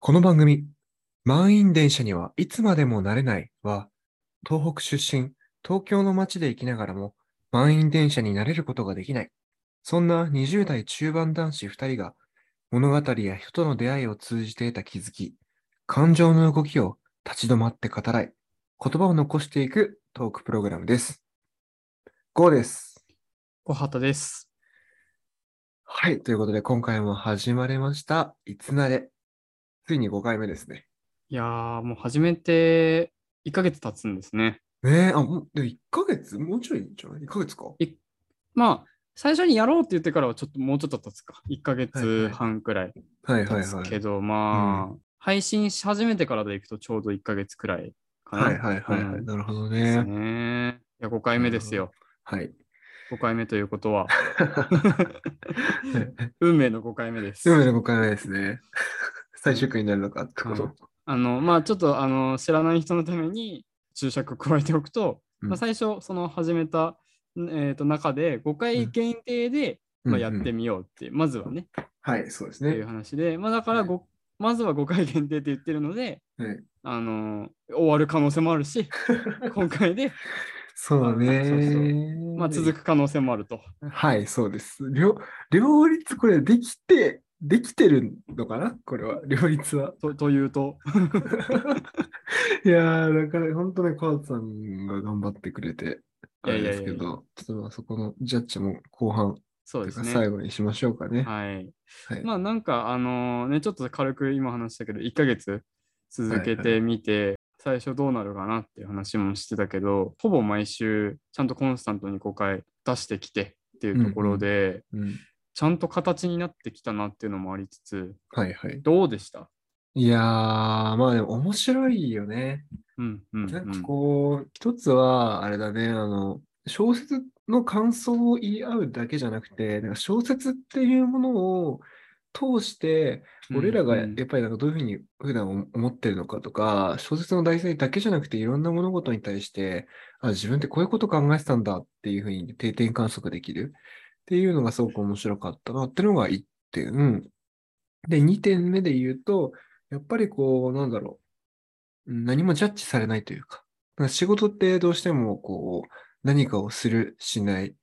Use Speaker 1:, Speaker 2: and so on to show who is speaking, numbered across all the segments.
Speaker 1: この番組、満員電車にはいつまでもなれないは、東北出身、東京の街で生きながらも満員電車になれることができない。そんな20代中盤男子2人が物語や人との出会いを通じて得た気づき、感情の動きを立ち止まって語らい、言葉を残していくトークプログラムです。GO です。
Speaker 2: おはたです。
Speaker 1: はい。ということで、今回も始まりました。いつなれ。ついに5回目ですね。
Speaker 2: いやー、もう始めて1ヶ月経つんですね。
Speaker 1: ねえ、あ、もう、でも1ヶ月もうちょいじゃない ?1 ヶ月か
Speaker 2: まあ、最初にやろうって言ってからはちょっともうちょっと経つか。1ヶ月半くらい
Speaker 1: はいはい
Speaker 2: 経
Speaker 1: は
Speaker 2: つ
Speaker 1: い。
Speaker 2: けど、まあ、配信し始めてからでいくとちょうど1ヶ月くらいかな。
Speaker 1: はいはいはいはい。
Speaker 2: うん
Speaker 1: なるほど
Speaker 2: で
Speaker 1: ね。
Speaker 2: すね。いや、5回目ですよ。
Speaker 1: はい。
Speaker 2: 5回目ということは、
Speaker 1: ね
Speaker 2: 運命の5回目です。
Speaker 1: 運命の5回目ですね。最終回になるのかってこと。
Speaker 2: あの、まあ、ちょっと、あの、知らない人のために注釈を加えておくと、
Speaker 1: うん
Speaker 2: まあ、最初、その始めた、えー、と中で5回限定で、まあ、やって
Speaker 1: み
Speaker 2: みようっていう、まずはね、
Speaker 1: はい、そうです
Speaker 2: ってい
Speaker 1: ね。
Speaker 2: う話で、まあ、だからご、まずは5回限定って言ってるので、
Speaker 1: はい
Speaker 2: あのー終わる可能性もある し、今回で、
Speaker 1: そうだ
Speaker 2: そうそう
Speaker 1: ね。
Speaker 2: まあ、続く可能性もあると。
Speaker 1: はい、そうです。両両立、これできて、できてるのかなこれは、両立は。
Speaker 2: とというと、
Speaker 1: いやー、だから本当ね、川田さんが頑張ってくれて、あ
Speaker 2: いや
Speaker 1: れ
Speaker 2: いや
Speaker 1: で
Speaker 2: いや
Speaker 1: す
Speaker 2: いや
Speaker 1: けど、ちょっとまあそこのジャッジも後半、
Speaker 2: そう
Speaker 1: とい
Speaker 2: で
Speaker 1: う
Speaker 2: す
Speaker 1: か
Speaker 2: ね。
Speaker 1: 最後にしましょうかね。
Speaker 2: はい。
Speaker 1: はい
Speaker 2: まあ、なんか、あのーね、ちょっと軽く今話したけど、1ヶ月続けてみて、最初どうなるかなっていう話もしてたけど、ほぼ毎週、ちゃんとコンスタントに5回出してきてっていうところで、
Speaker 1: うん
Speaker 2: ちゃんと形になってきたなっていうのもありつつ、
Speaker 1: はいはい。
Speaker 2: どうでした
Speaker 1: いやー、まあでも面白いよね。
Speaker 2: うんうん、うん。
Speaker 1: なんかこう、一つは、あれだね、あの、小説の感想を言い合うだけじゃなくて、なんか小説っていうものを通して、俺らがや
Speaker 2: うん
Speaker 1: っぱりなんかどういうふうに普段思思ってるのかとか、小説の題材だけじゃなくていろんな物事に対して、あ、自分ってこういうこと考えてたんだっていうふうに定点観測できるっていうのがすごく面白かったなっていうのが1点。で、2点目で言うと、やっぱりこう、なんだろう、うん何もジャッジされないというか、なんか仕事ってどうしてもこう、何かをする、しない、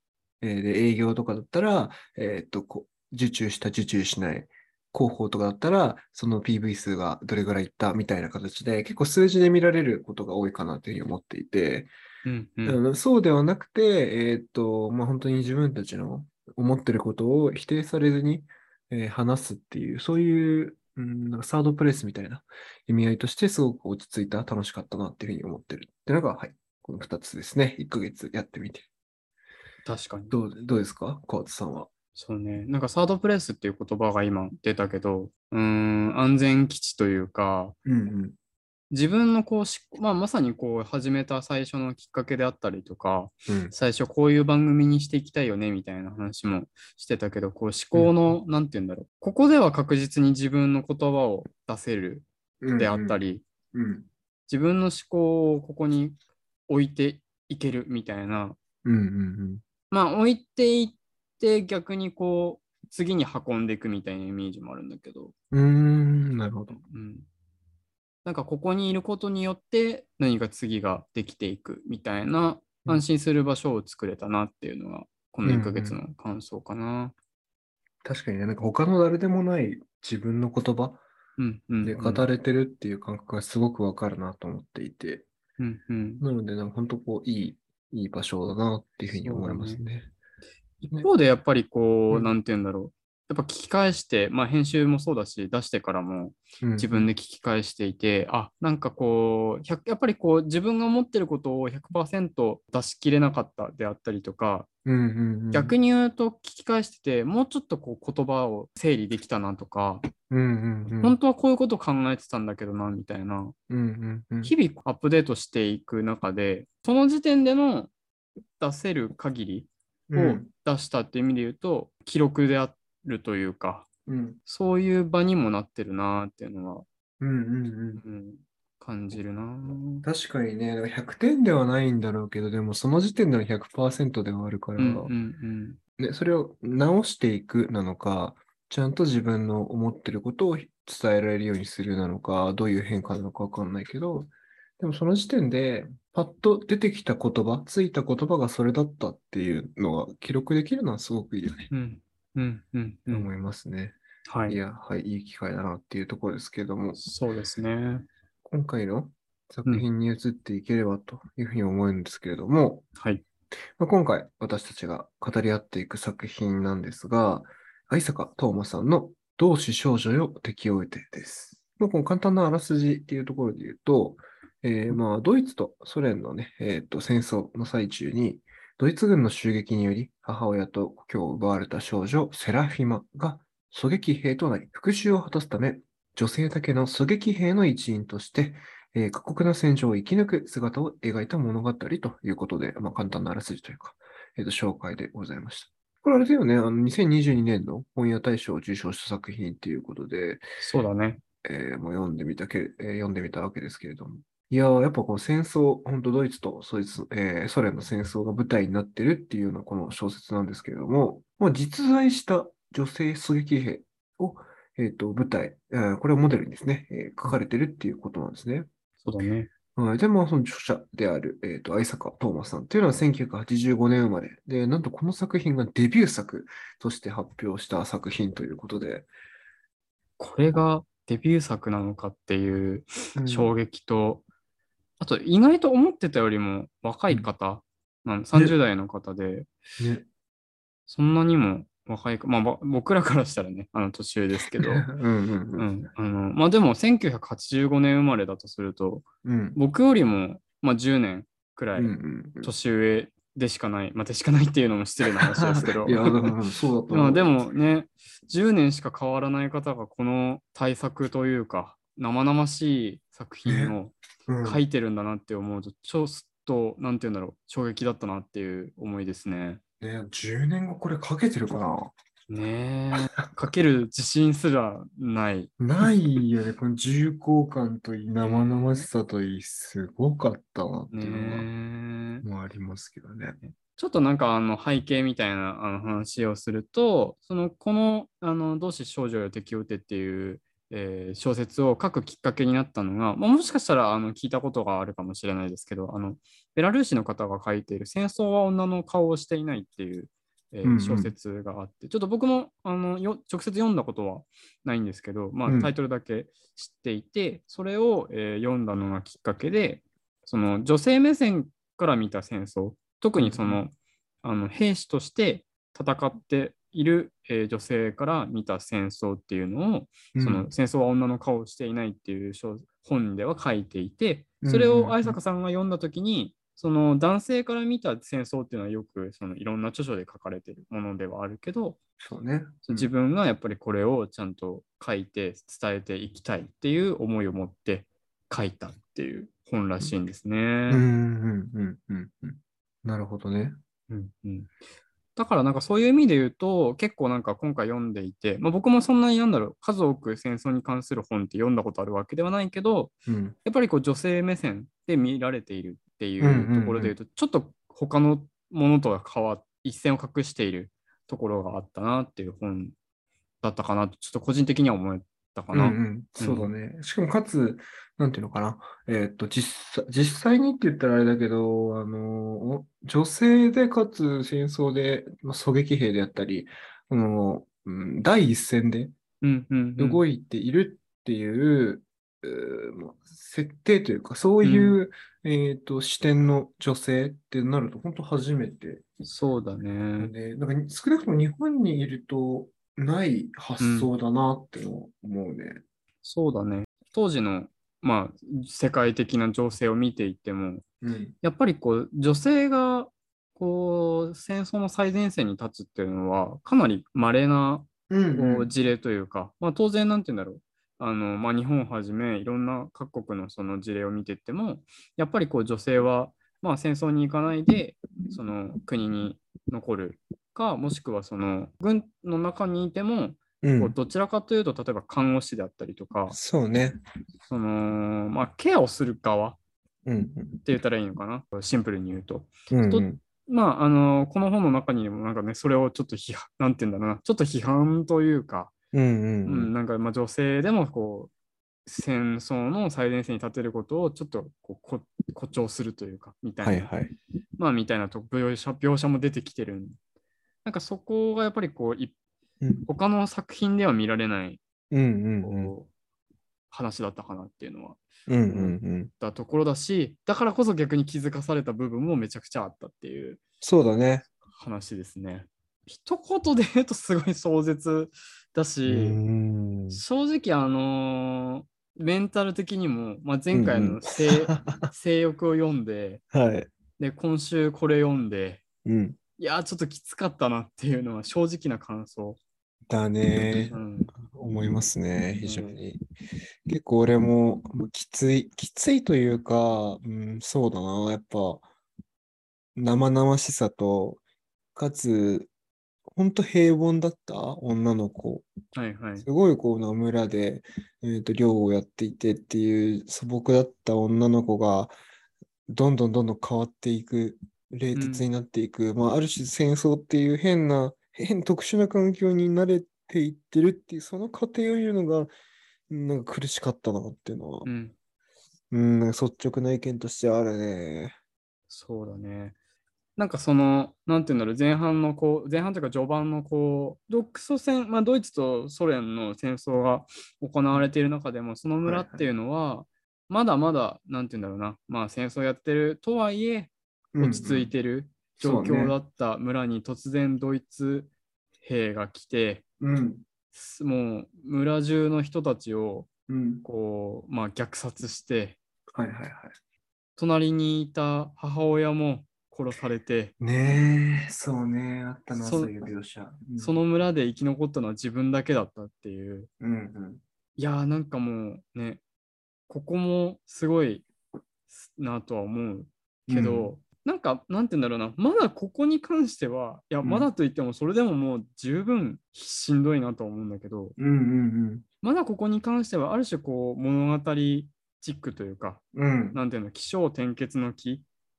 Speaker 1: えーで、営業とかだったら、えーっと、こう受注した、受注しない、広報とかだったら、その PV 数がどれぐらいいったみたいな形で、結構数字で見られることが多いかなというふうに思っていて、
Speaker 2: うんうん
Speaker 1: うんそうではなくて、えーっと、まあ、本当に自分たちの思ってることを否定されずに、えー話すっていう、そういう、うん、なんかサードプレイスみたいな意味合いとして、すごく落ち着いた、楽しかったなっていうふうに思ってるっていうのが、はい、この2つですね。1ヶ月やってみて。
Speaker 2: 確かに。
Speaker 1: どうどうですか河津さんは。
Speaker 2: そうね。なんかサードプレスっていう言葉が今出たけど、うーん、安全基地というか、
Speaker 1: うん
Speaker 2: 自分のこうし、まあ、まさにこう始めた最初のきっかけであったりとか、
Speaker 1: うん。うん。
Speaker 2: 最初こういう番組にしていきたいよねみたいな話もしてたけど、こう思考の、なんて言うんだろう。ここでは確実に自分の言葉を出せるであった
Speaker 1: り。
Speaker 2: り、
Speaker 1: うん。
Speaker 2: 自分の思考をここに置いていけるみたいな
Speaker 1: うんうん
Speaker 2: まあ置いていって逆にこう次に運んでいくみたいなイメージもあるんだけど、
Speaker 1: うん。うーん、なるほど。
Speaker 2: うん、なんかここにいることによって何か次ができていくみたいな
Speaker 1: うん
Speaker 2: 安心する場所を作れたなっていうのがこの
Speaker 1: うんうん
Speaker 2: 1ヶ月の感想かな。
Speaker 1: 確かにね、なんか他の誰でもない自分の言葉
Speaker 2: うんうんうん
Speaker 1: で語れてるっていう感覚がすごくわかるなと思っていて、
Speaker 2: うんうん
Speaker 1: なので、なんか本当こう、いい、いい場所だなっていうふうに思いますね。
Speaker 2: 一方でやっぱりこう、
Speaker 1: うん
Speaker 2: なんて言うんだろうやっぱ聞き返して、まあ、編集もそうだし出してからも
Speaker 1: うん
Speaker 2: 自分で聞き返していて、あなんかこう100やっぱりこう自分が思ってることを100%出しきれなかったであったりとか、
Speaker 1: うんうんうん、
Speaker 2: 逆
Speaker 1: に、
Speaker 2: に言うと聞き返しててもうちょっとこう言葉を整理できたなとか、
Speaker 1: うんうんうん、
Speaker 2: 本当はこういうこと考えてたんだけどなみたいな
Speaker 1: うんうんうん、
Speaker 2: 日々アップデートしていく中でその時点での出せる限りを出したっていう意味で言うと、記録であるというか
Speaker 1: うん
Speaker 2: そういう場にもなってるなっていうのは、
Speaker 1: うんうんうん。
Speaker 2: うん、感じるな
Speaker 1: 確かにね、100点ではないんだろうけど、でもその時点での100%ではあるから、
Speaker 2: うんうん
Speaker 1: ね、それを直していくなのか、ちゃんと自分の思ってることをひ伝えられるようにするなのか、どういう変化なのかわかんないけど、でもその時点で、パッと出てきた言葉、ついた言葉がそれだったっていうのが記録できるのはすごくいいよね、
Speaker 2: うん。うん。うん。う
Speaker 1: と思
Speaker 2: ん。
Speaker 1: いますね。
Speaker 2: はいい。
Speaker 1: や、はい、いい機会だなっていうところですけれども、
Speaker 2: そうですね。
Speaker 1: 今回の作品に移っていければというふうに思うんですけれども、
Speaker 2: はい。
Speaker 1: まあ、今回私たちが語り合っていく作品なんですが、愛坂トーマさんの同志少女よ敵を得てです。まあ、この簡単なあらすじっていうところで言うと、えーまあドイツとソ連の、ねえーと戦争の最中に、ドイツ軍の襲撃により母親と故郷を奪われた少女セラフィマが狙撃兵となり、復讐を果たすため、女性だけの狙撃兵の一員として、えー過酷な戦場を生き抜く姿を描いた物語ということで、まあ、簡単なあらすじというか、えーと紹介でございました。これあれだよね、あの2022年の本屋大賞を受賞した作品っていうことで、
Speaker 2: そうだね。
Speaker 1: えーもう読んでみたけ、えー読んでみたわけですけれども。いやー、やっぱこの戦争、本当ドイツとソイツ、えーソ連の戦争が舞台になってるっていうようなこの小説なんですけれども、もう実在した女性狙撃兵を、えーと舞台、えーこれをモデルにですね、えー書かれてるっていうことなんですね。
Speaker 2: そうだね。
Speaker 1: はい、で、まあ、その著者である、えっと、愛坂トーマスさんっていうのは1985年生まれ。で、なんとこの作品がデビュー作として発表した作品ということで。
Speaker 2: これがデビュー作なのかっていう
Speaker 1: うん
Speaker 2: 衝撃と、あと意外と思ってたよりも若い方、まあ、30代の方で、
Speaker 1: ね。
Speaker 2: そんなにも若いか、まあぼ僕らからしたらね、あの年上です け
Speaker 1: う
Speaker 2: ど、
Speaker 1: んうん
Speaker 2: う
Speaker 1: うん。
Speaker 2: ん、あのまあでも1985年生まれだとすると、
Speaker 1: うん。
Speaker 2: 僕よりも、まあ、10年くら
Speaker 1: う
Speaker 2: い
Speaker 1: んうんうん
Speaker 2: 年上でしかない、まあでしかないっていうのも失礼な話ですけど
Speaker 1: い、や、で もそうだと
Speaker 2: ま
Speaker 1: 思
Speaker 2: あ
Speaker 1: う。
Speaker 2: でもね、10年しか変わらない方がこの対策というか、生々しい作品を
Speaker 1: うん、
Speaker 2: 書いてるんだなって思うと、ちょっと、なんて言うんだろう、衝撃だったなっていう思いで すね。
Speaker 1: ね、10年後これかけてるかな
Speaker 2: ねえ、かける自信すらない。
Speaker 1: ないよね。この重厚感といい、生々しさといい、すごかったなって
Speaker 2: ね
Speaker 1: いうのが、
Speaker 2: え。
Speaker 1: もうありますけどね。
Speaker 2: ちょっとなんかあの背景みたいなあの話をすると、そのこのあの同志少女よ敵を打てっていう、えー小説を書くきっかけになったのが、まあ、もしかしたらあの聞いたことがあるかもしれないですけど、あのベラルーシの方が書いている戦争は女の顔をしていないっていう、えー
Speaker 1: うんうん
Speaker 2: 小説があって、ちょっと僕もあのよ直接読んだことはないんですけど、ま
Speaker 1: うん
Speaker 2: あ、タイトルだけ知っていて、それを、えー読んだのがきっかけで、その女性目線から見た戦争、特にその、あの兵士として戦っている、えー女性から見た戦争っていうのを、その戦争は女の顔をしていないっていう小本では書いていて
Speaker 1: うん
Speaker 2: それを愛坂さんが読んだ時にその男性から見た戦争っていうのはよくそのいろんな著書で書かれてるものではあるけど
Speaker 1: そうね。
Speaker 2: 自分がやっぱりこれをちゃんと書いて伝えていきたいっていう思いを持って書いたっていう本らしいんですね。
Speaker 1: うんうんうんうんうん。なるほどね。
Speaker 2: うんうんだからなんかそういう意味で言うと結構なんか今回読んでいて、まあ、僕もそんなになんだろう数多く戦争に関する本って読んだことあるわけではないけど
Speaker 1: うん。
Speaker 2: やっぱりこう女性目線で見られているってい
Speaker 1: んうんうん
Speaker 2: うところで言うと、ちょっと他のものとは変わ一線を画しているところがあったなっていう本だったかなとちょっと個人的には思ったか
Speaker 1: う
Speaker 2: な。
Speaker 1: んうん、そうだね。しかも、かつ、なんていうのかな。えーっと、実際、実際にって言ったらあれだけど、あの、お女性で、かつ戦争で、まあ、狙撃兵であったり、この、うん、第一線で
Speaker 2: うんうんうん
Speaker 1: 動いているっていう、うーまあ設定というか、そういう、えーっと、視点の女性ってなると、本当初めて
Speaker 2: そうだね。
Speaker 1: で、なんか少なくとも日本にいると、ない発想だなってのを思うね。
Speaker 2: そうだね。当時の、まあ、世界的な情勢を見ていても、
Speaker 1: うん。
Speaker 2: やっぱりこう女性がこう戦争の最前線に立つっていうのはかなり稀な
Speaker 1: うん
Speaker 2: こ
Speaker 1: うん
Speaker 2: う事例というか、まあ、当然なんて言うんだろうあの、まあ、日本をはじめいろんな各国のその事例を見てってもやっぱりこう女性は、まあ、戦争に行かないでその国に残るかもしくはその軍の中にいても
Speaker 1: うん
Speaker 2: こうどちらかというと例えば看護師であったりとか
Speaker 1: そうね。
Speaker 2: その、まあ、ケアをする側って
Speaker 1: うん
Speaker 2: 言ったらいいのかなシンプルに言うと。
Speaker 1: うん。うん
Speaker 2: とまあ、あのこの本の中にもなんかね、それをちょっと批判、なんて言うんだろうな、ちょっと批判というか、
Speaker 1: うん
Speaker 2: う
Speaker 1: うん
Speaker 2: ん、なんかまあ女性でもこう戦争の最前線に立てることをちょっとこうこ誇張するというかみたいな、
Speaker 1: はいはい。
Speaker 2: まあみたいなと描写描写も出てきてるんなんかそこがやっぱりこうい
Speaker 1: うん
Speaker 2: 他の作品では見られない
Speaker 1: うん
Speaker 2: こう、
Speaker 1: うん
Speaker 2: 話だったかなっていうのは
Speaker 1: うんうんうん。
Speaker 2: だところだしだからこそ逆に気づかされた部分もめちゃくちゃあったっていう
Speaker 1: そうだね。
Speaker 2: 話ですね一言で言うとすごい壮絶だ
Speaker 1: う
Speaker 2: し、
Speaker 1: ん。
Speaker 2: 正直あのーメンタル的にも、まあ、前回
Speaker 1: うんう
Speaker 2: の
Speaker 1: ん
Speaker 2: 性,、 性欲を読んで
Speaker 1: はい。
Speaker 2: で今週これ読んで
Speaker 1: うん。
Speaker 2: いやーちょっときつかったなっていうのは正直な感想、
Speaker 1: だね
Speaker 2: う。ん
Speaker 1: 思いますね、非常に。結構俺もまあきつい、きついというか、うん、そうだな、やっぱ生々しさと、かつ、ほんと平凡だった女の子。
Speaker 2: はいはい
Speaker 1: すごいこうな村で、えーと漁をやっていてっていう素朴だった女の子がどんどんどんどん変わっていく冷徹になっていく、まあ、ある種戦争っていう変な変特殊な環境に慣れていってるっていうその過程を言うのがなんか苦しかったなっていうのは、
Speaker 2: うん
Speaker 1: うん、なんか率直な意見としてはあるね。
Speaker 2: そうだね。なんかその、なんていうんだろう、前半のこう、前半というか序盤のこう、独ソ戦、まあ、ドイツとソ連の戦争が行われている中でも、その村
Speaker 1: はい
Speaker 2: っ
Speaker 1: はい
Speaker 2: ていうのは、まだまだ、なんていうんだろうな、まあ戦争やってるとはいえ、落ち着いてる状況だった村に突然ドイツ兵が来て、
Speaker 1: うんうん。
Speaker 2: すもう村中の人たちを
Speaker 1: うんうん。
Speaker 2: こう、まあ、虐殺して、
Speaker 1: はいはいはい。
Speaker 2: 隣にいた母親も殺されて、
Speaker 1: ねえ、そうね、あったな、
Speaker 2: そ
Speaker 1: そういう描写。うん
Speaker 2: その村で生き残ったのは自分だけだったっていう。
Speaker 1: うんうん。
Speaker 2: いやーなんかもうね、ここもすごいなとは思うけど、なんかなんて言うんだろうな、まだここに関しては、いや、
Speaker 1: うん
Speaker 2: まだと言ってもそれでももう十分しんどいなとは思うんだけど、
Speaker 1: うんうん
Speaker 2: まだここに関してはある種こう物語チックというか、
Speaker 1: うん。うん。
Speaker 2: なんていうの、起承転結の木、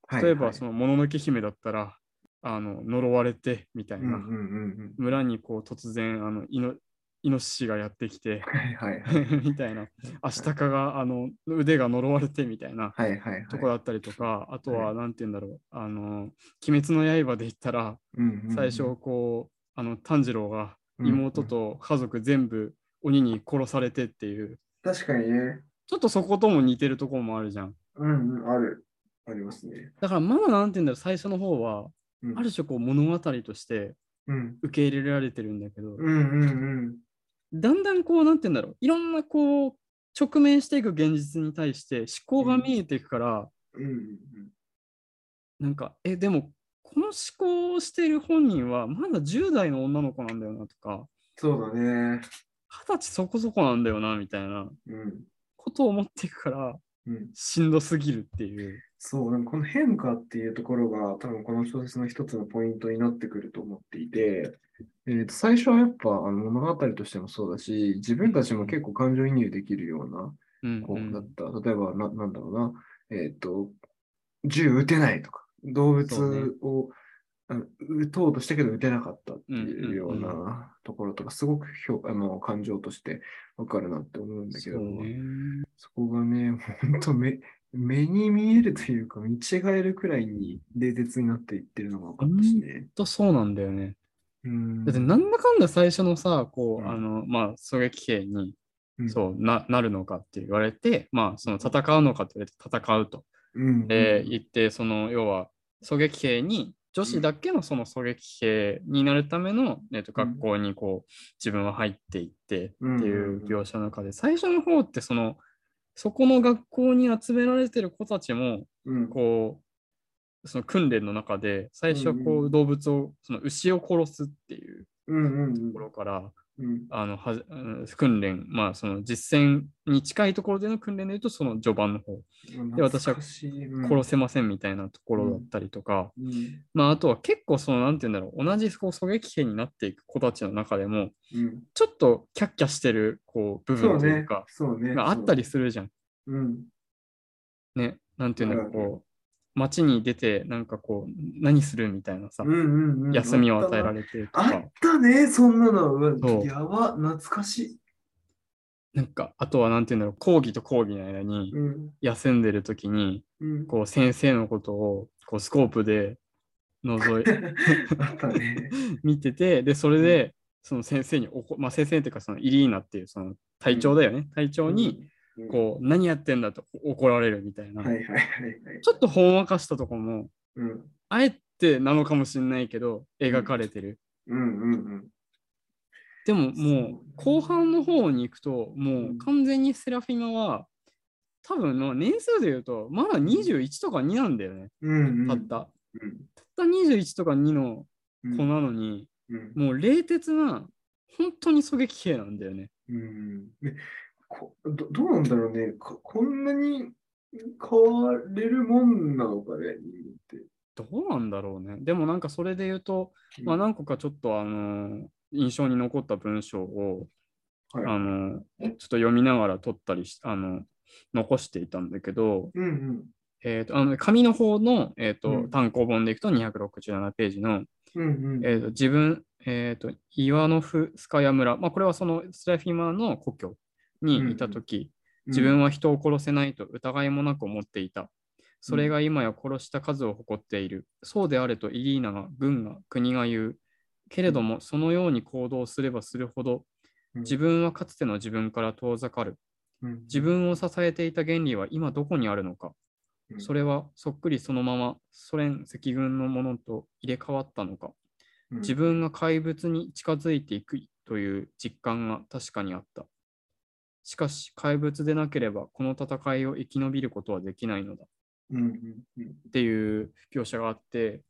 Speaker 1: はい
Speaker 2: 例えばそ
Speaker 1: の、
Speaker 2: のもののけ姫だったら、あの呪われてみたい
Speaker 1: うんう
Speaker 2: な、
Speaker 1: んうん
Speaker 2: 村にこう突然あのイノイノシシがやってきて
Speaker 1: う ん。はいはいはい。
Speaker 2: みたいな、アシタカがあの腕が呪われてみたいな
Speaker 1: はいはいはい。
Speaker 2: とこだったりとか、あと
Speaker 1: は
Speaker 2: は何て言うんだろう、あの、鬼滅の刃で言ったら、
Speaker 1: うんうんうん
Speaker 2: 最初、こう、あの、炭治郎が
Speaker 1: うんうん
Speaker 2: 妹と家族全部鬼に殺されてっていう、
Speaker 1: 確かにね。
Speaker 2: ちょっとそことも似てるところもあるじゃん。
Speaker 1: うんうん、ある。ありますね。
Speaker 2: だからまだ何て言うんだろう、最初の方は、
Speaker 1: うん
Speaker 2: ある種こう物語として
Speaker 1: うん
Speaker 2: 受け入れられてるんだけど、
Speaker 1: うんうん
Speaker 2: だんだんこう、なんて言うんだろう、いろんなこう、直面していく現実に対して思考が見えていくから、
Speaker 1: うん。うん
Speaker 2: なんか、え、でも、この思考をしている本人は、まだ10代の女の子なんだよなとか、
Speaker 1: そうだね。
Speaker 2: 20歳そこそこなんだよな、みたいな
Speaker 1: うん。
Speaker 2: ことを思っていくから、
Speaker 1: うん、
Speaker 2: しんどすぎるっていう。
Speaker 1: そう、なんかこの変化っていうところが多分この小説の一つのポイントになってくると思っていて、えーと最初はやっぱあの物語としてもそうだし、自分たちも結構感情移入できるような
Speaker 2: うん、
Speaker 1: こ
Speaker 2: う
Speaker 1: うだ
Speaker 2: ん。
Speaker 1: った。例えば、ななんだろうな、えっ、と、銃撃てないとか、動
Speaker 2: そうね
Speaker 1: 物を、あの撃とうとしたけど撃てなかったっていうよう
Speaker 2: うんうん
Speaker 1: なところとか、すごくひょあの感情としてわかるなって思うんだけ
Speaker 2: そ
Speaker 1: ど、
Speaker 2: うね。
Speaker 1: そこがね、もうほんと目目に見えるというか、見違えるくらいに冷徹になっていってるのが分かったしね。
Speaker 2: とそうなんだよね。
Speaker 1: うん
Speaker 2: だって、なんだかんだ最初のさ、こ
Speaker 1: うん
Speaker 2: う、あの、まあ、狙撃兵に、
Speaker 1: うん
Speaker 2: そうな、なるのかって言われて、まあ、その戦うのかって言われて、戦うと。
Speaker 1: うん、
Speaker 2: で言ってその要は狙撃兵に女子だけのその狙撃兵になるための、えっと学校にこう自分は入っていってっていう描写の中で最初の方ってそのそこの学校に集められてる子たちも
Speaker 1: うん、
Speaker 2: こうその訓練の中で最初はこ
Speaker 1: うんう
Speaker 2: う動物をその牛を殺すっていう
Speaker 1: うん、うん、
Speaker 2: ところから
Speaker 1: うん、
Speaker 2: あのはじうん訓練まあその実戦に近いところでの訓練でいうとその序盤の方
Speaker 1: うん。
Speaker 2: で私は
Speaker 1: 懐かしい、うん、
Speaker 2: 殺せませんみたいなところだったりとか、
Speaker 1: うん、
Speaker 2: まあ、あとは結構その、なんて言うんだろう、同じこう狙撃兵になっていく子たちの中でも、
Speaker 1: うん。
Speaker 2: ちょっとキャッキャしてるこう部
Speaker 1: そう
Speaker 2: 分とい
Speaker 1: ね
Speaker 2: うか、、
Speaker 1: そうね。
Speaker 2: があったり
Speaker 1: そ
Speaker 2: するじゃん。
Speaker 1: う。うん。
Speaker 2: ね、なんて言うんだろう、
Speaker 1: あるある
Speaker 2: こ街に出て、なんかこう、何するみたいなさ、
Speaker 1: うんうんうん、
Speaker 2: 休みを与えら
Speaker 1: れ
Speaker 2: れてと
Speaker 1: あ
Speaker 2: か
Speaker 1: っ、たね、そんなの。う
Speaker 2: そ
Speaker 1: わ
Speaker 2: う
Speaker 1: やば、懐かし
Speaker 2: なんか、あとはなんていうんだろう、講義と講義の間に
Speaker 1: い。、うん
Speaker 2: 休んでる時に、
Speaker 1: うん、
Speaker 2: こう、先生のことを、こう、スコープで覗い、
Speaker 1: あったね。
Speaker 2: 見てて、で、それで、その先生に怒、まあ、先生っていうか、そのイリーナっていう、その隊長だよね。隊長に、
Speaker 1: うん、
Speaker 2: こう、何やってんだと怒られるみたいな。
Speaker 1: はいはいはいはい。
Speaker 2: ちょっとほんわかしたとこも、
Speaker 1: うん
Speaker 2: あえてなのかもしれないけど、描かれてる。
Speaker 1: うんうんうん。
Speaker 2: でももう、
Speaker 1: そう
Speaker 2: 後半の方に行くと、も
Speaker 1: う
Speaker 2: うん完全にセラフィマは、多分の年数で言うと、まだ21とか2なんだよね、
Speaker 1: うんう
Speaker 2: た
Speaker 1: ん、
Speaker 2: った。たった21とか2の
Speaker 1: うん。
Speaker 2: 子なのに、
Speaker 1: うん
Speaker 2: もう冷徹な、本当に狙撃兵なんだよね。
Speaker 1: うんねこどどうなんだろうねこ、こんなに変われるもんなのかね、人間っ
Speaker 2: どうなんだろうね。でもなんかそれで言うと、
Speaker 1: て。
Speaker 2: まあ、何個かちょっとあの印象に残った文章を、
Speaker 1: はい
Speaker 2: あのちょっと読みながら取ったりしあの残していたんだけど、
Speaker 1: うんうん
Speaker 2: えー、とあの紙の方の、えーと
Speaker 1: うん
Speaker 2: 単行本でいくと267ページの、
Speaker 1: うんうん
Speaker 2: えー、と自分、えー、と岩のフスカヤ村、まあ、これはそのスラフィマの故郷にいた時、自分は人を殺せないと疑いもなく思っていた。それが今や殺した数を誇っている。そうであれとイリーナが、軍が、国が言う。けれども、そのように行動すればするほど、
Speaker 1: うん
Speaker 2: 自分はかつての自分から遠ざかる。
Speaker 1: うん
Speaker 2: 自分を支えていた原理は今どこにあるのか。
Speaker 1: うん
Speaker 2: それはそっくりそのままソ連赤軍のものと入れ替わったのか。
Speaker 1: うん
Speaker 2: 自分が怪物に近づいていくという実感が確かにあった。しかし、怪物でなければこの戦いを生き延びることはできないのだっ
Speaker 1: うんうんうん
Speaker 2: ていう描写があって、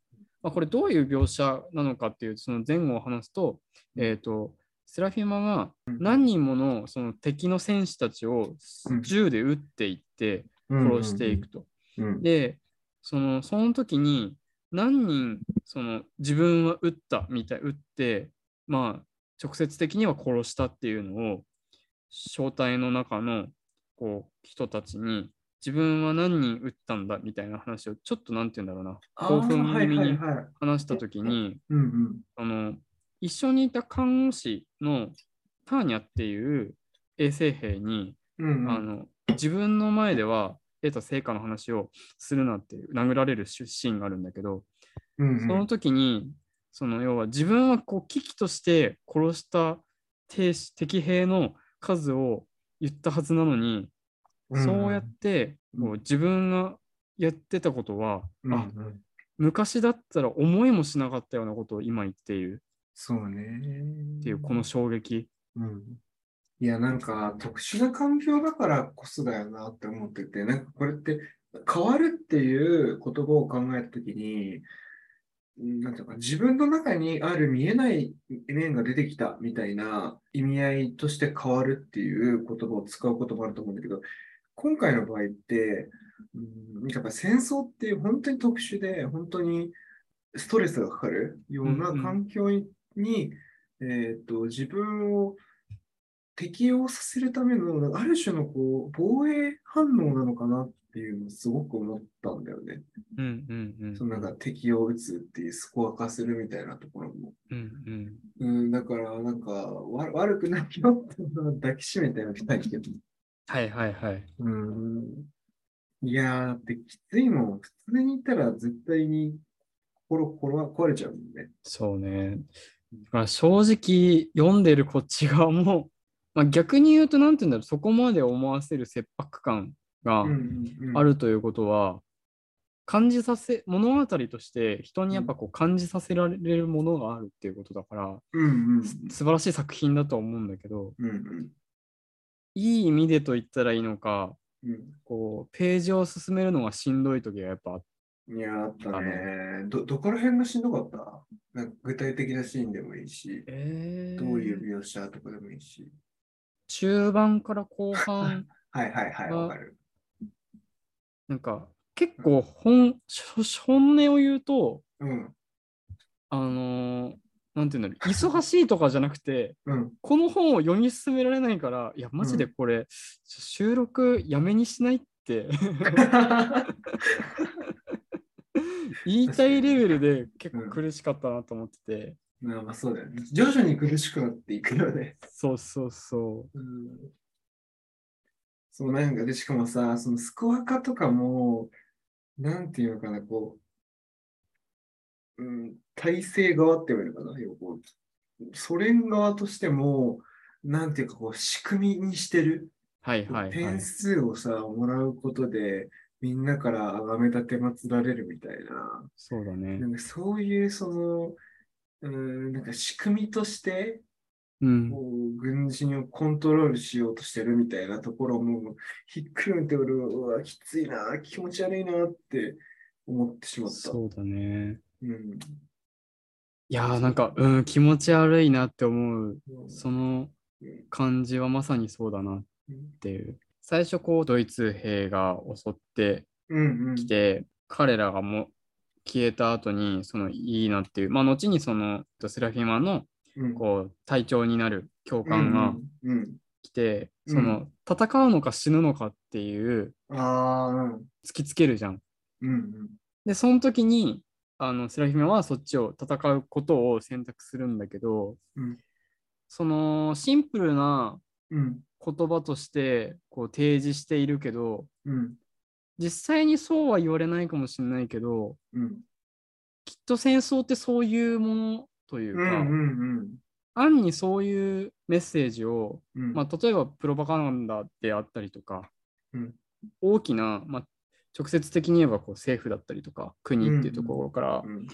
Speaker 2: まあ、これどういう描写なのかっていうその前後を話すと、えっ、と、セラフィマが何人ものその敵の戦士たちを
Speaker 1: うん
Speaker 2: 銃で撃っていって殺していくと。
Speaker 1: うんうんうん。
Speaker 2: でそのその時に何人その自分は撃ったみたい撃ってまあ直接的には殺したっていうのを正体の中のこう人たちに自分は何人撃ったんだみたいな話をちょっとなんて言うんだろうな
Speaker 1: あー
Speaker 2: 興奮気味に
Speaker 1: はいはいはい
Speaker 2: 話した時に
Speaker 1: うんうん
Speaker 2: あの一緒にいた看護師のターニャっていう衛生兵に
Speaker 1: うんうん
Speaker 2: あの自分の前では得た成果の話をするなって殴られるシーンがあるんだけど、
Speaker 1: うんうん
Speaker 2: その時にその要は自分はこう危機として殺した兵士敵兵の数を言ったはずなのに、
Speaker 1: うんうん
Speaker 2: そうやってこう自分がやってたことは、
Speaker 1: うんう
Speaker 2: あ
Speaker 1: ん
Speaker 2: 昔だったら思いもしなかったようなことを今言っている
Speaker 1: そうね。
Speaker 2: っていうこの衝撃。
Speaker 1: うんいや、なんか特殊な環境だからこそだよなって思ってて、なんかこれって変わるっていう言葉を考えたときに、うんなんていうか、自分の中にある見えない面が出てきたみたいな意味合いとして変わるっていう言葉を使うこともあると思うんだけど、今回の場合って、うん、やっぱ戦争っていう本当に特殊で、本当にストレスがかかるような環境に、えー、と自分を適応させるための、なんかある種のこう防衛反応なのかなっていうのをすごく思ったんだよね。
Speaker 2: うんうんうん
Speaker 1: そのなんか敵を撃つっていうスコア化するみたいなところも。
Speaker 2: うんうん
Speaker 1: うん、だから、なんかわ 悪くないよっていうのを抱きしめてあげたいけど。
Speaker 2: はいはいはい。
Speaker 1: うん。いやー、だってきついもん。普通にいたら絶対に心心は壊れちゃうもんね。
Speaker 2: そうね。だから正直読んでるこっち側も、 まあ、逆に言うと何て言うんだろうそこまで思わせる切迫感が
Speaker 1: うんうん
Speaker 2: あ。るということは、感じさせ物語として人にやっぱこう感じさせられるものがあるっていうことだから、
Speaker 1: うんうん。
Speaker 2: す素晴らしい作品だとは思うんだけど
Speaker 1: うんうん
Speaker 2: いい意味でと言ったらいいのか
Speaker 1: うん。
Speaker 2: こうページを進めるのがしんどい時がやっぱあって
Speaker 1: いやー、あった
Speaker 2: あ
Speaker 1: ね。ど、どこら辺がしんどかったなんか具体的なシーンでもいいし、どういう描写とかでもいいし。
Speaker 2: 中盤から後半
Speaker 1: はいはいはい、
Speaker 2: あ
Speaker 1: わかる。
Speaker 2: なんか結構本し本音を言うと
Speaker 1: うん、
Speaker 2: あのーなんていうんだろう忙しいとかじゃなくて
Speaker 1: うん、
Speaker 2: この本を読み進められないからいやマジでこれ、収録やめにしないって
Speaker 1: うん
Speaker 2: 言いたいレベルで結構苦しかったなと思ってて、
Speaker 1: まあまあそうだよね。徐々に苦しくなっていくよね。
Speaker 2: そうそうそう。
Speaker 1: うん。そうなんかで、しかもさ、そのスコア化とかも、なんていうのかな、こう、うん、体制側って言われるのかな、要はこうソ連側としても、なんていうかこう、仕組みにしてる。
Speaker 2: はいはいは
Speaker 1: 点
Speaker 2: い。
Speaker 1: 数をさ、もらうことで、みんなから崇め立て祀られるみたいな。
Speaker 2: そうだね
Speaker 1: な。んかそういうその、うん、なんか仕組みとして
Speaker 2: うん。
Speaker 1: こう軍人をコントロールしようとしてるみたいなところもひっくるめて俺はうわきついな気持ち悪いなって思ってしまった。
Speaker 2: そうだね。
Speaker 1: うん、
Speaker 2: いやーなんか、うん、気持ち悪いなって思う。
Speaker 1: うん
Speaker 2: その
Speaker 1: うん
Speaker 2: 感じはまさにそうだなっていう。最初こうドイツ兵が襲って
Speaker 1: うんうん
Speaker 2: きて、彼らがも消えた後にそのいいなっていうまあ後にそのセラフィマの
Speaker 1: うん
Speaker 2: こう隊長になる教官が
Speaker 1: うんうん
Speaker 2: 来て、
Speaker 1: うん
Speaker 2: その戦うのか死ぬのかっていう
Speaker 1: うん、ああ、うん
Speaker 2: 突きつけるじゃん。
Speaker 1: うん
Speaker 2: でその時にあのセラフィマはそっちを戦うことを選択するんだけど、
Speaker 1: うん
Speaker 2: そのシンプルな
Speaker 1: うん
Speaker 2: 言葉としてこう提示しているけど
Speaker 1: うん
Speaker 2: 実際にそうは言われないかもしれないけど
Speaker 1: うん
Speaker 2: きっと戦争ってそういうものという
Speaker 1: う
Speaker 2: か、
Speaker 1: んうん
Speaker 2: 暗にそういうメッセージを、
Speaker 1: うん
Speaker 2: まあ、例えばプロパガンダであったりとか、
Speaker 1: うん
Speaker 2: 大きな、まあ、直接的に言えばこう政府だったりとか国っていうところから、
Speaker 1: うん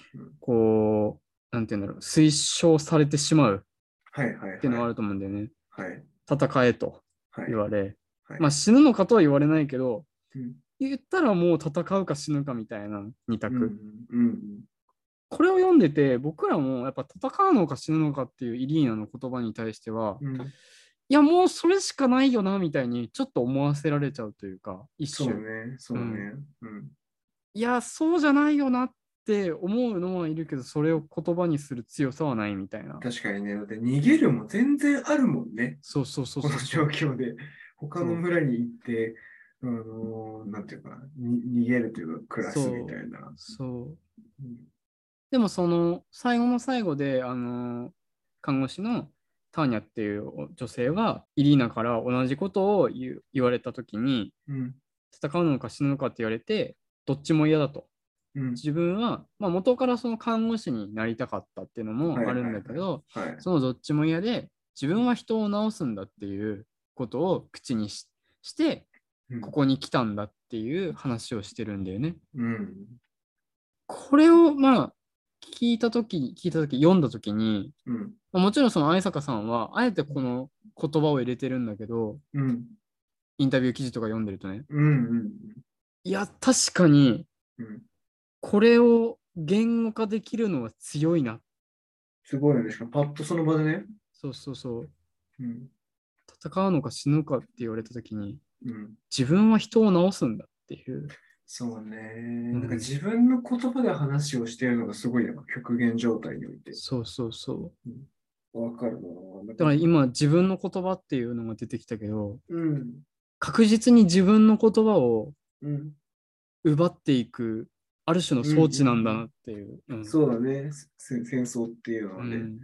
Speaker 2: こうなんて言うんだろう推奨されてしまう
Speaker 1: はいはいはい
Speaker 2: っていうのがあると思うんだよね。
Speaker 1: はい
Speaker 2: 戦えと
Speaker 1: はい
Speaker 2: 言われ、
Speaker 1: はい
Speaker 2: まあ、死ぬのかとは言われないけど
Speaker 1: うん
Speaker 2: 言ったらもう戦うか死ぬかみたいな二択、
Speaker 1: うんうん
Speaker 2: これを読んでて僕らもやっぱ戦うのか死ぬのかっていうイリーナの言葉に対しては、
Speaker 1: うんうん
Speaker 2: いやもうそれしかないよなみたいにちょっと思わせられちゃうというか一
Speaker 1: そう
Speaker 2: 種、
Speaker 1: ねそうねうん
Speaker 2: いやそうじゃないよなって思うのはいるけどそれを言葉にする強さはないみたいな
Speaker 1: 確かにね、だって逃げるも全然あるもんね、
Speaker 2: そうそうそう
Speaker 1: この
Speaker 2: そ
Speaker 1: 状
Speaker 2: う
Speaker 1: 況で。他の村に行って、あのーなんていうかな、に逃げるというか、暮らすみたいな。
Speaker 2: そう
Speaker 1: うん
Speaker 2: でもその最後の最後であの看護師のターニャっていう女性はイリーナから同じことを言う言われた時に
Speaker 1: うん、
Speaker 2: 戦うのか死ぬのかって言われてどっちも嫌だと
Speaker 1: うん、
Speaker 2: 自分は、まあ、元からその看護師になりたかったっていうのもあるんだけど、
Speaker 1: はい。
Speaker 2: そのどっちも嫌で自分は人を治すんだっていうことを口にしして
Speaker 1: うん
Speaker 2: ここに来たんだっていう話をしてるんだよね。
Speaker 1: うん、
Speaker 2: これをまあ聞いた時聞いた時読んだ時に
Speaker 1: うん、
Speaker 2: まあもちろんその相坂さんはあえてこの言葉を入れてるんだけど
Speaker 1: うん、
Speaker 2: インタビュー記事とか読んでるとね
Speaker 1: うん、うん、
Speaker 2: いや確かに
Speaker 1: うん。
Speaker 2: これを言語化できるのは強いな
Speaker 1: すごいよね。しかも、パッとその場でね。
Speaker 2: そうそうそう
Speaker 1: うん、
Speaker 2: 戦うのか死ぬかって言われた時に
Speaker 1: うん。
Speaker 2: 自分は人を治すんだっていう
Speaker 1: そうね。なんか自分の言葉で話をしているのがすごい、なんか極限状態において。
Speaker 2: そうそうそう
Speaker 1: わかるな。
Speaker 2: だから今自分の言葉っていうのが出てきたけど
Speaker 1: うん、
Speaker 2: 確実に自分の言葉を
Speaker 1: うん。
Speaker 2: 奪っていくある種の装置なんだなっていう。うん
Speaker 1: そうだね、せ戦争っていうのは
Speaker 2: う
Speaker 1: ね。
Speaker 2: ん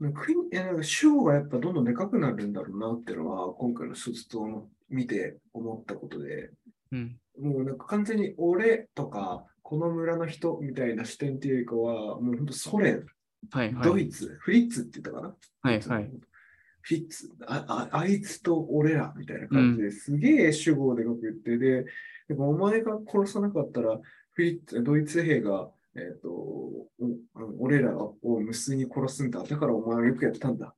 Speaker 1: なんか国いやなんか主語がやっぱどんどんでかくなるんだろうなってのは、今回の卒業を見て思ったことで、
Speaker 2: うん
Speaker 1: もうなんか完全に俺とか、この村の人みたいな視点っていうよりかは、もう本当ソ連、
Speaker 2: はい
Speaker 1: ド
Speaker 2: はい。
Speaker 1: イツ、フリッツって言ったかな、
Speaker 2: はいはい。
Speaker 1: フリッツああ、あいつと俺らみたいな感じですげえ主語でかく言ってで、でもお前が殺さなかったら、フリッツドイツ兵が、えっとおあの俺らを無数に殺すんだ。だからお前はよくやったんだ。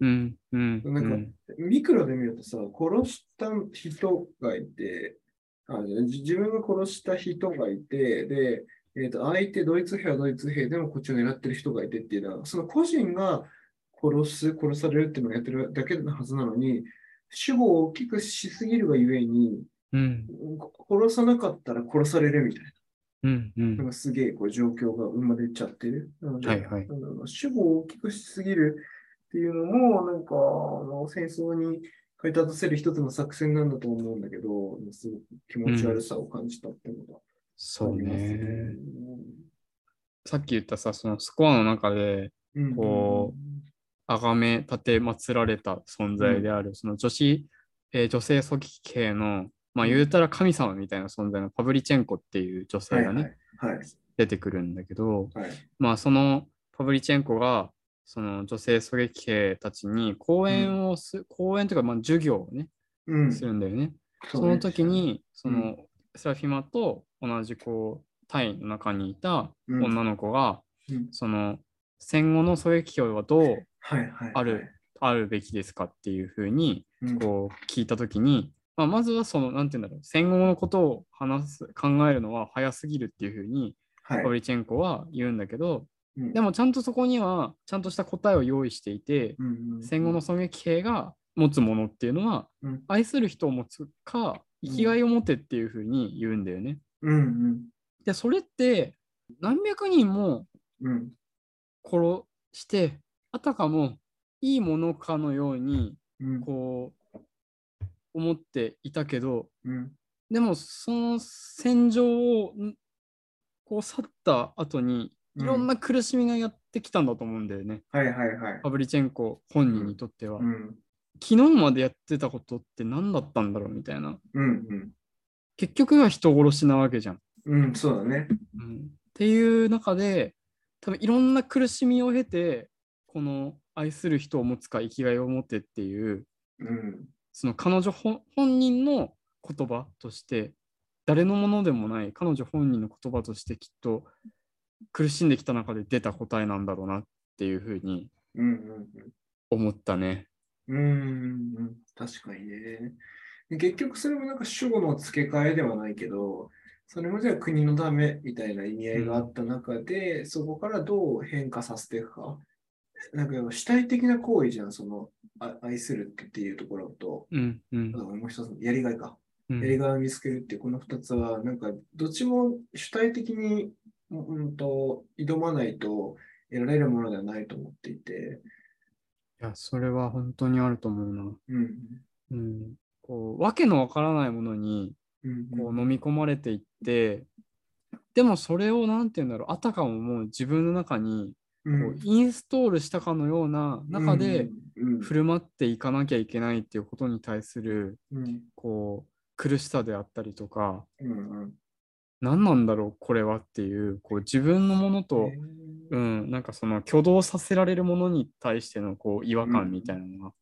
Speaker 2: うんうん
Speaker 1: なんか
Speaker 2: うん
Speaker 1: ミクロで見るとさ、殺した人がいて、あじ自分が殺した人がいて、で、えっと相手、ドイツ兵はドイツ兵でもこっちを狙ってる人がいてっていうのは、その個人が殺す、殺されるっていうのをやってるだけのはずなのに、主語を大きくしすぎるがゆえに、
Speaker 2: うん
Speaker 1: 殺さなかったら殺されるみたいな。
Speaker 2: うんう
Speaker 1: なん
Speaker 2: ん
Speaker 1: かすげえこう状況が生まれちゃってる。なので
Speaker 2: はいはい
Speaker 1: あの主語を大きくしすぎるっていうのも、なんかあの戦争に駆り立たせる一つの作戦なんだと思うんだけど、すごく気持ち悪さを感じたっていうのが
Speaker 2: そう
Speaker 1: あ
Speaker 2: ね
Speaker 1: り。
Speaker 2: さっき言ったさ、そのスコアの中で、
Speaker 1: ますね
Speaker 2: こ崇め立て祀られた存在である、その女子、えー女性組織系の、まあ、言うたら神様みたいな存在のパブリチェンコっていう
Speaker 1: う
Speaker 2: 女
Speaker 1: ん
Speaker 2: 性がね、
Speaker 1: はいはい
Speaker 2: 出てくるんだけど、
Speaker 1: はいはい
Speaker 2: まあ、そのパブリチェンコがその女性狙撃兵たちに講演をす、講演というかまあ授業をね、
Speaker 1: うん
Speaker 2: するんだよね。
Speaker 1: そ
Speaker 2: そう
Speaker 1: ね
Speaker 2: の時にその、
Speaker 1: うん
Speaker 2: セラフィマと同じこうタイの中にいた
Speaker 1: うん
Speaker 2: 女の子が、
Speaker 1: うん
Speaker 2: その戦後の狙撃兵はどう
Speaker 1: はいはいはい
Speaker 2: あるあるべきですかっていうふうに
Speaker 1: うん
Speaker 2: こう聞いた時に、まあ、まずはそのなんて言うんだろう戦後のことを話す考えるのは早すぎるっていうふうに
Speaker 1: はい
Speaker 2: パブリチェンコは言うんだけど、
Speaker 1: うん
Speaker 2: でもちゃんとそこにはちゃんとした答えを用意していて、
Speaker 1: うんうんうん
Speaker 2: 戦後の狙撃兵が持つものっていうのは、
Speaker 1: うん
Speaker 2: 愛する人を持つか
Speaker 1: うん
Speaker 2: 生きがいを持てっていうふうに言うんだよね。
Speaker 1: うんうん
Speaker 2: でそれって何百人も
Speaker 1: うん
Speaker 2: 殺してあたかもいいものかのように
Speaker 1: うん
Speaker 2: こう思っていたけど
Speaker 1: うん
Speaker 2: でもその戦場をんこう去った後にいろんな苦しみがやってきたんだと思うんだよね。
Speaker 1: はいはいはい
Speaker 2: パブリチェンコ本人にとっては、
Speaker 1: うん
Speaker 2: 昨日までやってたことって何だったんだろうみたいな
Speaker 1: うん
Speaker 2: 結局は人殺しなわけじゃん、
Speaker 1: うんうんそうだね
Speaker 2: うんっていう中で多分いろんな苦しみを経てこの愛する人を持つか生きがいを持てっていう
Speaker 1: うん
Speaker 2: その彼女本本人の言葉として誰のものでもない彼女本人の言葉としてきっと苦しんできた中で出た答えなんだろうなっていうふうに
Speaker 1: うんうん
Speaker 2: 思ったね。
Speaker 1: うんうんうん確かにねで結局それもなんか主語の付け替えではないけどそれもじゃあ国のためみたいな意味合いがあった中で、そこからどう変化させていくかなんか要は主体的な行為じゃんそのあ愛するっていうところと
Speaker 2: うんうん
Speaker 1: あもう一つのやりがいか
Speaker 2: うん
Speaker 1: やりがいを見つけるっていうこの2つは、なんかどっちも主体的に、うんうんと挑まないと得られるものではないと思っていて、
Speaker 2: いや、それは本当にあると思うな。
Speaker 1: うん
Speaker 2: うん。こう、わけのわからないものに、
Speaker 1: うん
Speaker 2: こう、飲み込まれていって、でもそれを、なんて言うんだろう、あたかももう自分の中に、
Speaker 1: う
Speaker 2: こ
Speaker 1: ん
Speaker 2: う、インストールしたかのような中で、、
Speaker 1: うん
Speaker 2: 振る舞っていかなきゃいけないっていうことに対する、
Speaker 1: うん
Speaker 2: こう、苦しさであったりとか、
Speaker 1: うんうん
Speaker 2: 何なんだろう、これはっていう、こう、自分のものと、うん、なんかその挙動させられるものに対しての、こう、違和
Speaker 1: うん
Speaker 2: 感みたいなのが、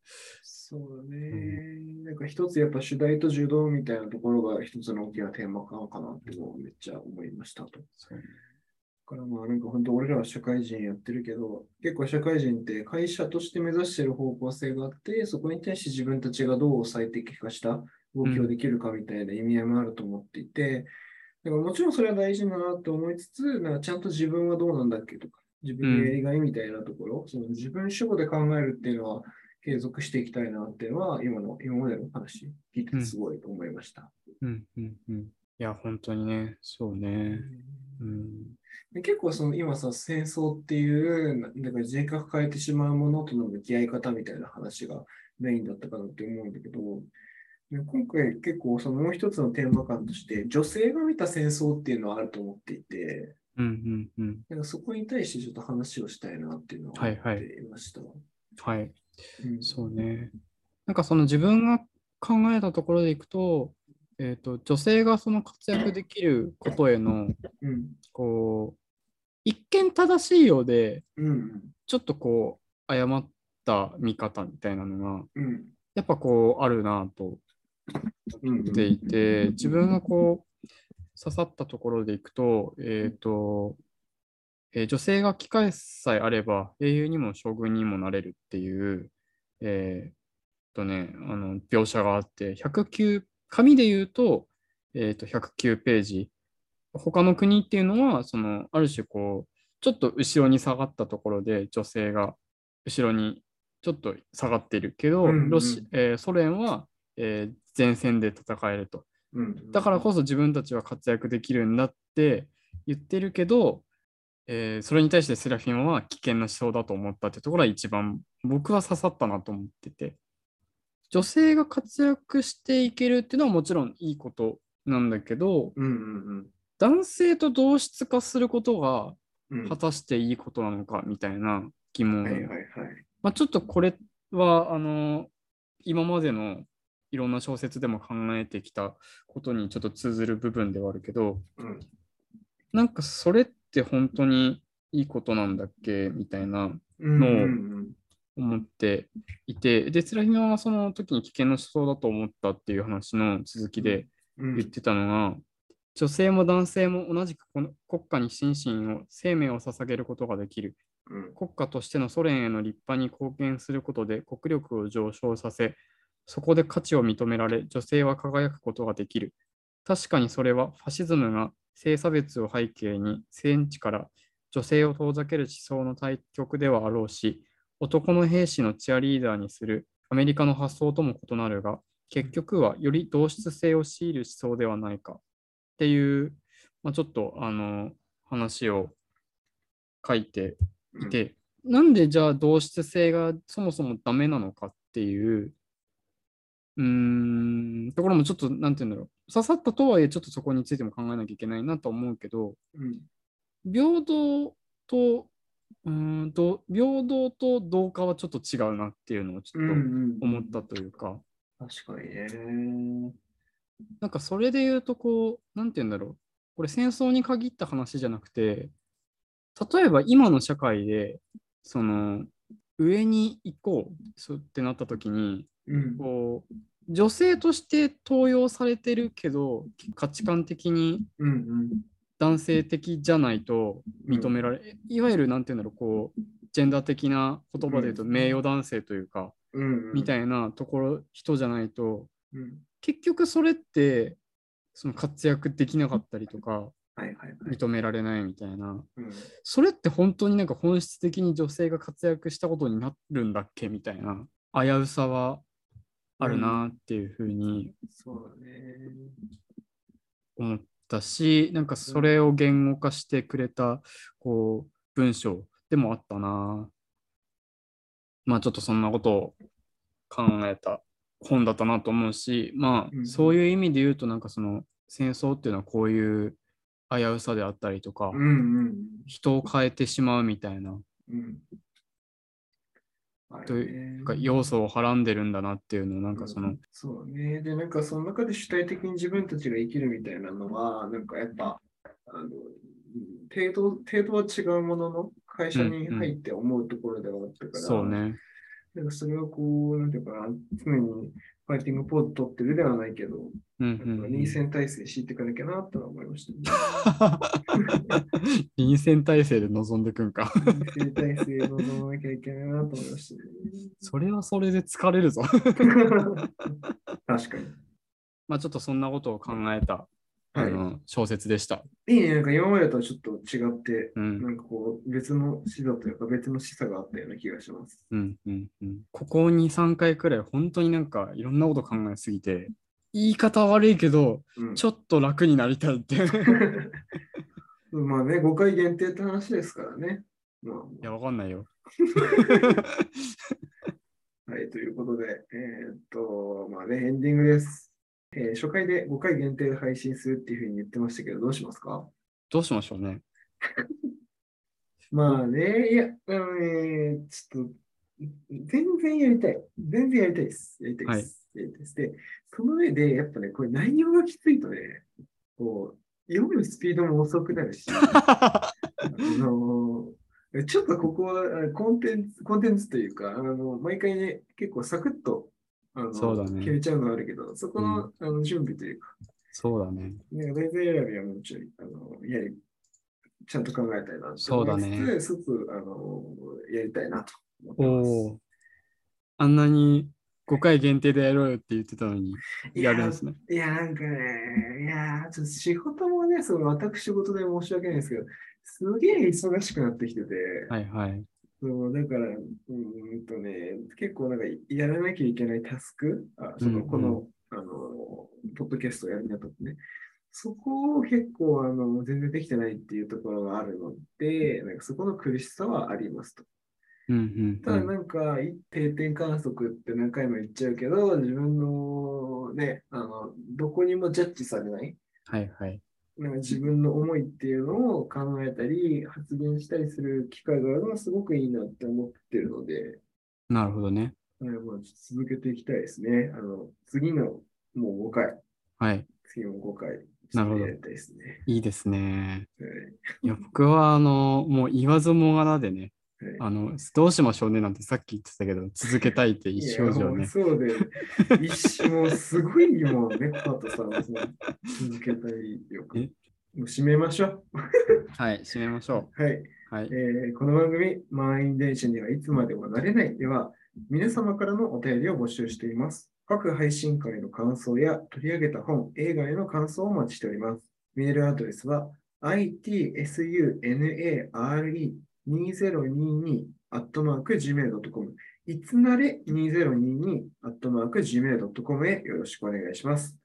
Speaker 1: そうだね。なんか一つやっぱ主題と受動みたいなところが一つの大きなテーマかなってもうめっちゃ思いましたと。
Speaker 2: そう
Speaker 1: だからまあなんか本当俺らは社会人やってるけど、結構社会人って会社として目指してる方向性があって、そこに対して自分たちがどう最適化した動きをできるかみたいな意味合いもあると思っていて、だからもちろんそれは大事だなと思いつつ、なんかちゃんと自分はどうなんだっけとか、自分のやりがいみたいなところ、その自分主語で考えるっていうのは継続していきたいなっていうのは、今の、今までの話聞いててすごい思いました。
Speaker 2: うんうんうん。いや、本当にね、そうね。うん。
Speaker 1: で結構その今さ、戦争っていう、ななんか人格変えてしまうものとの向き合い方みたいな話がメインだったかなって思うんだけど、で今回結構そのもう一つのテーマ感として、女性が見た戦争っていうのはあると思っていて、
Speaker 2: うんうんうん。
Speaker 1: なんかそこに対してちょっと話をしたいなっていうのを思
Speaker 2: はいはい
Speaker 1: っていました。
Speaker 2: はい、
Speaker 1: うん
Speaker 2: そうね。なんかその自分が考えたところでいくと、えっ、と、女性がその活躍できることへの、
Speaker 1: うん。
Speaker 2: こう、一見正しいようで、
Speaker 1: うん。
Speaker 2: ちょっとこう、誤った見方みたいなのが、
Speaker 1: うん。
Speaker 2: やっぱこう、あるなと
Speaker 1: うん。
Speaker 2: っていて、自分がこう、刺さったところでいくと、えっ、と、えー女性が機会さえあれば、英雄にも将軍にもなれるっていう、えーっとね、あの、描写があって、109、紙で言うと、えーっと、109ページ。他の国っていうのは、その、ある種こう、ちょっと後ろに下がったところで、女性が後ろにちょっと下がっているけど、
Speaker 1: うんうん
Speaker 2: ロシえーソ連は、えー前線で戦えると。
Speaker 1: うん。
Speaker 2: だからこそ自分たちは活躍できるんだって言ってるけど、えーそれに対してセラフィンは危険な思想だと思ったってところが一番僕は刺さったなと思ってて女性が活躍していけるっていうのはもちろんいいことなんだけど
Speaker 1: うんうん
Speaker 2: 男性と同質化することが
Speaker 1: うん
Speaker 2: 果たしていいことなのかみたいな疑問、
Speaker 1: はいはいはい。
Speaker 2: まあ、ちょっとこれはあの今までのいろんな小説でも考えてきたことにちょっと通ずる部分ではあるけど
Speaker 1: うん。
Speaker 2: なんかそれって本当にいいことなんだっけみたいな
Speaker 1: うん
Speaker 2: の
Speaker 1: うん
Speaker 2: 思っていてでつらひめはその時に危険な思想だと思ったっていう話の続きで
Speaker 1: うん
Speaker 2: 言ってたのが、女性も男性も同じくこの国家に心身を生命を捧げることができる
Speaker 1: うん
Speaker 2: 国家としてのソ連への立派に貢献することで国力を上昇させそこで価値を認められ女性は輝くことができる確かにそれはファシズムが性差別を背景に戦地から女性を遠ざける思想の対極ではあろうし男の兵士のチアリーダーにするアメリカの発想とも異なるが結局はより同質性を強いる思想ではないかっていう、まあ、ちょっとあの話を書いて
Speaker 1: うん
Speaker 2: で、なんでじゃあ同質性がそもそもダメなのかっていう、うーん、ところもちょっと、なんて言うんだろう。刺さったとはいえ、ちょっとそこについても考えなきゃいけないなと思うけど、
Speaker 1: うん
Speaker 2: 平等と、うーんと、平等と同化はちょっと違うなっていうのをちょ
Speaker 1: うんう
Speaker 2: っ
Speaker 1: ん
Speaker 2: と思ったというか、
Speaker 1: 確かにね。
Speaker 2: なんかそれで言うと、こう、なんて言うんだろう。これ戦争に限った話じゃなくて、例えば今の社会で、その、上に行こうそうってなった時に、
Speaker 1: うん
Speaker 2: こう、女性として登用されてるけど、価値観的に
Speaker 1: うんうん
Speaker 2: 男性的じゃないと認められ、いわゆるなんて言うんだろう、こう、ジェンダー的な言葉で言うと、名誉男性というか、
Speaker 1: うん
Speaker 2: みた
Speaker 1: い
Speaker 2: いなところ、人じゃないと、
Speaker 1: な。うん
Speaker 2: 結局それってその活躍できなかったりとか
Speaker 1: はいはいはい。
Speaker 2: 認められないみたいな
Speaker 1: うん
Speaker 2: それって本当になんか本質的に女性が活躍したことになるんだっけみたいな危うさはあるなっていうふうに
Speaker 1: そうだね。
Speaker 2: 思ったし、なんかそれを言語化してくれたこう文章でもあったなまあちょっとそんなことを考えた本だったなと思うしま
Speaker 1: うん
Speaker 2: あそういう意味で言うとなんかその戦争っていうのはこういう危うさであったりとか、
Speaker 1: うんうん
Speaker 2: 人を変えてしまうみたいな
Speaker 1: うん。あ
Speaker 2: と
Speaker 1: る
Speaker 2: い
Speaker 1: ね
Speaker 2: なんか要素をはらんでるんだなっていうのをなんかその、
Speaker 1: うんそうね。で、なんかその中で主体的に自分たちが生きるみたいなのは、なんかやっぱ、あのうん程度程度は違うものの会社に入って思うところではあったから、
Speaker 2: そうね
Speaker 1: なんかそれはこう、なんていうかな、常にファイティングポーズ取ってるではないけど、
Speaker 2: うんう
Speaker 1: なん
Speaker 2: ん
Speaker 1: か
Speaker 2: うん
Speaker 1: 臨 戦体制敷いていかなきゃなとは思いましたね。
Speaker 2: 臨戦体制で臨んでくんか
Speaker 1: 臨戦体制を臨まなきゃいけないなと思いましたね。
Speaker 2: それはそれで疲れるぞ
Speaker 1: 確かに。
Speaker 2: まあちょっとそんなことを考えた、あ
Speaker 1: は
Speaker 2: の小説でした、
Speaker 1: い。いいね。なんか今までとはちょっと違って、
Speaker 2: うん
Speaker 1: なんかこう、別の指導というか別の示唆があったような気がします。
Speaker 2: うんうんうん、ここ23回くらい本当になんかいろんなこと考えすぎて言い方悪いけど
Speaker 1: うん、
Speaker 2: ちょっと楽になりたいってい
Speaker 1: まあね、5回限定って話ですからね。まあ、
Speaker 2: やわかんないよ
Speaker 1: はい、ということで、えーっと、まあね、エンディングです。えー初回で5回限定で配信するっていうふうに言ってましたけど、どうしますか
Speaker 2: どうしましょうね
Speaker 1: まあね、いや、あのね、ちょっと、全然やりたい。全然やりたいです。やりたいです。やりたいです。で、その上で、やっぱね、これ内容がきついとね、こう、読むスピードも遅くなるし、あのーちょっとここはあコンテンツ、コンテンツというか、あの、毎回ね、結構サクッと、あの、
Speaker 2: そうだね
Speaker 1: 決めちゃうのあるけど、そこの,、あの準備というか、
Speaker 2: そうだね
Speaker 1: ね、題材選びはもうちょい、あの、やり、ちゃんと考えたいなと思いつつ。
Speaker 2: そうだね
Speaker 1: 一つ、あの、やりたいなと思って
Speaker 2: お
Speaker 1: ます。
Speaker 2: おあんなに5回限定でやろうよって言ってたのに
Speaker 1: い
Speaker 2: や
Speaker 1: や
Speaker 2: るんですね
Speaker 1: いや、なんかね、いや、ちょっと仕事もね、その私事で申し訳ないんですけど、すげえ忙しくなってきてて、
Speaker 2: はいはい
Speaker 1: そのだから、うーんとね、結構なんかやらなきゃいけないタスク、あそ
Speaker 2: うん
Speaker 1: の
Speaker 2: うん
Speaker 1: この、あの、ポッドキャストをやるにあたってね、そこを結構あの全然できてないっていうところがあるので、なんかそこの苦しさはありますと。
Speaker 2: うんう
Speaker 1: ただ
Speaker 2: ん、うん、
Speaker 1: なんか、い定点観測って何回も言っちゃうけど、自分のね、あの、どこにもジャッジされない
Speaker 2: はいはい
Speaker 1: なんか自分の思いっていうのを考えたり、発言したりする機会があるのはすごくいいなって思ってるので、
Speaker 2: なるほどね。
Speaker 1: はい、まあ続けていきたいですね。あの、次のもう5回、
Speaker 2: はい。
Speaker 1: 次の5回、
Speaker 2: なるほど
Speaker 1: やりたいですね。
Speaker 2: いいですね。
Speaker 1: はい
Speaker 2: や、僕は、あの、もう言わずもがなでね、
Speaker 1: い。はい
Speaker 2: あの、どうしましょうねなんてさっき言ってたけど、続けたいって一生以
Speaker 1: いや
Speaker 2: 上
Speaker 1: もう
Speaker 2: ね。
Speaker 1: そうで、一生もうすごいよ、ね、パトさんはその続けたい欲。
Speaker 2: え
Speaker 1: もう締めましょう。
Speaker 2: はい、締めましょ
Speaker 1: はい。
Speaker 2: う。はい
Speaker 1: え。ーこの番組、満員電車にはいつまでもなれないでは、皆様からのお便りを募集しています。各配信会の感想や取り上げた本、映画への感想をお待ちしております。メールアドレスは、itsunare2022-gmail.com いつなれ 2022-gmail.com へよろしくお願いします。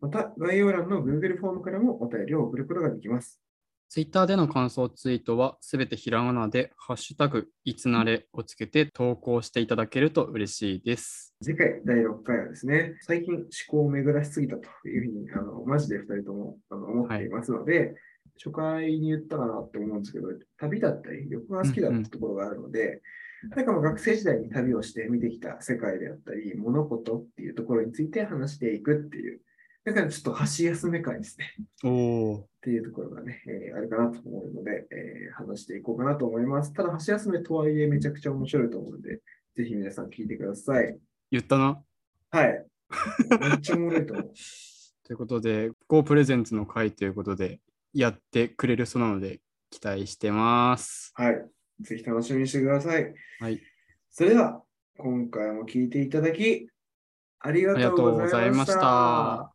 Speaker 1: また、概要欄の Google フォームからもお便りを送ることができます。
Speaker 2: ツイッターでの感想ツイートはすべてひらがなで、ハッシュタグ、いつなれをつけて投稿していただけると嬉しいです。
Speaker 1: 次回第6回はですね、最近思考を巡らしすぎたというふうに、あのマジで2人ともあの思っていますので、初回に言ったかなって思うんですけど、旅だったり、旅行が好きだったところがあるので、なんかもう学生時代に旅をして見てきた世界であったり、物事っていうところについて話していくっていう、だからちょっと箸休め会ですね、 っ
Speaker 2: おお。
Speaker 1: ていうところがね、えーあるかなと思うので、えー話していこうかなと思います。ただ箸休めとはいえめちゃくちゃ面白いと思うので、ぜひ皆さん聞いてください。
Speaker 2: 言ったな。
Speaker 1: はい。めっちゃおもろいと思う。
Speaker 2: ということで、Go プレゼンツの会ということで、やってくれるそうなので、期待してます。
Speaker 1: はい。ぜひ楽しみにしてください。
Speaker 2: はい。
Speaker 1: それでは、今回も聞いていただき、ありが
Speaker 2: ありが
Speaker 1: と
Speaker 2: と
Speaker 1: う
Speaker 2: う
Speaker 1: ご
Speaker 2: ご
Speaker 1: ざ
Speaker 2: ざ
Speaker 1: い
Speaker 2: い
Speaker 1: ま
Speaker 2: ま
Speaker 1: し
Speaker 2: したた。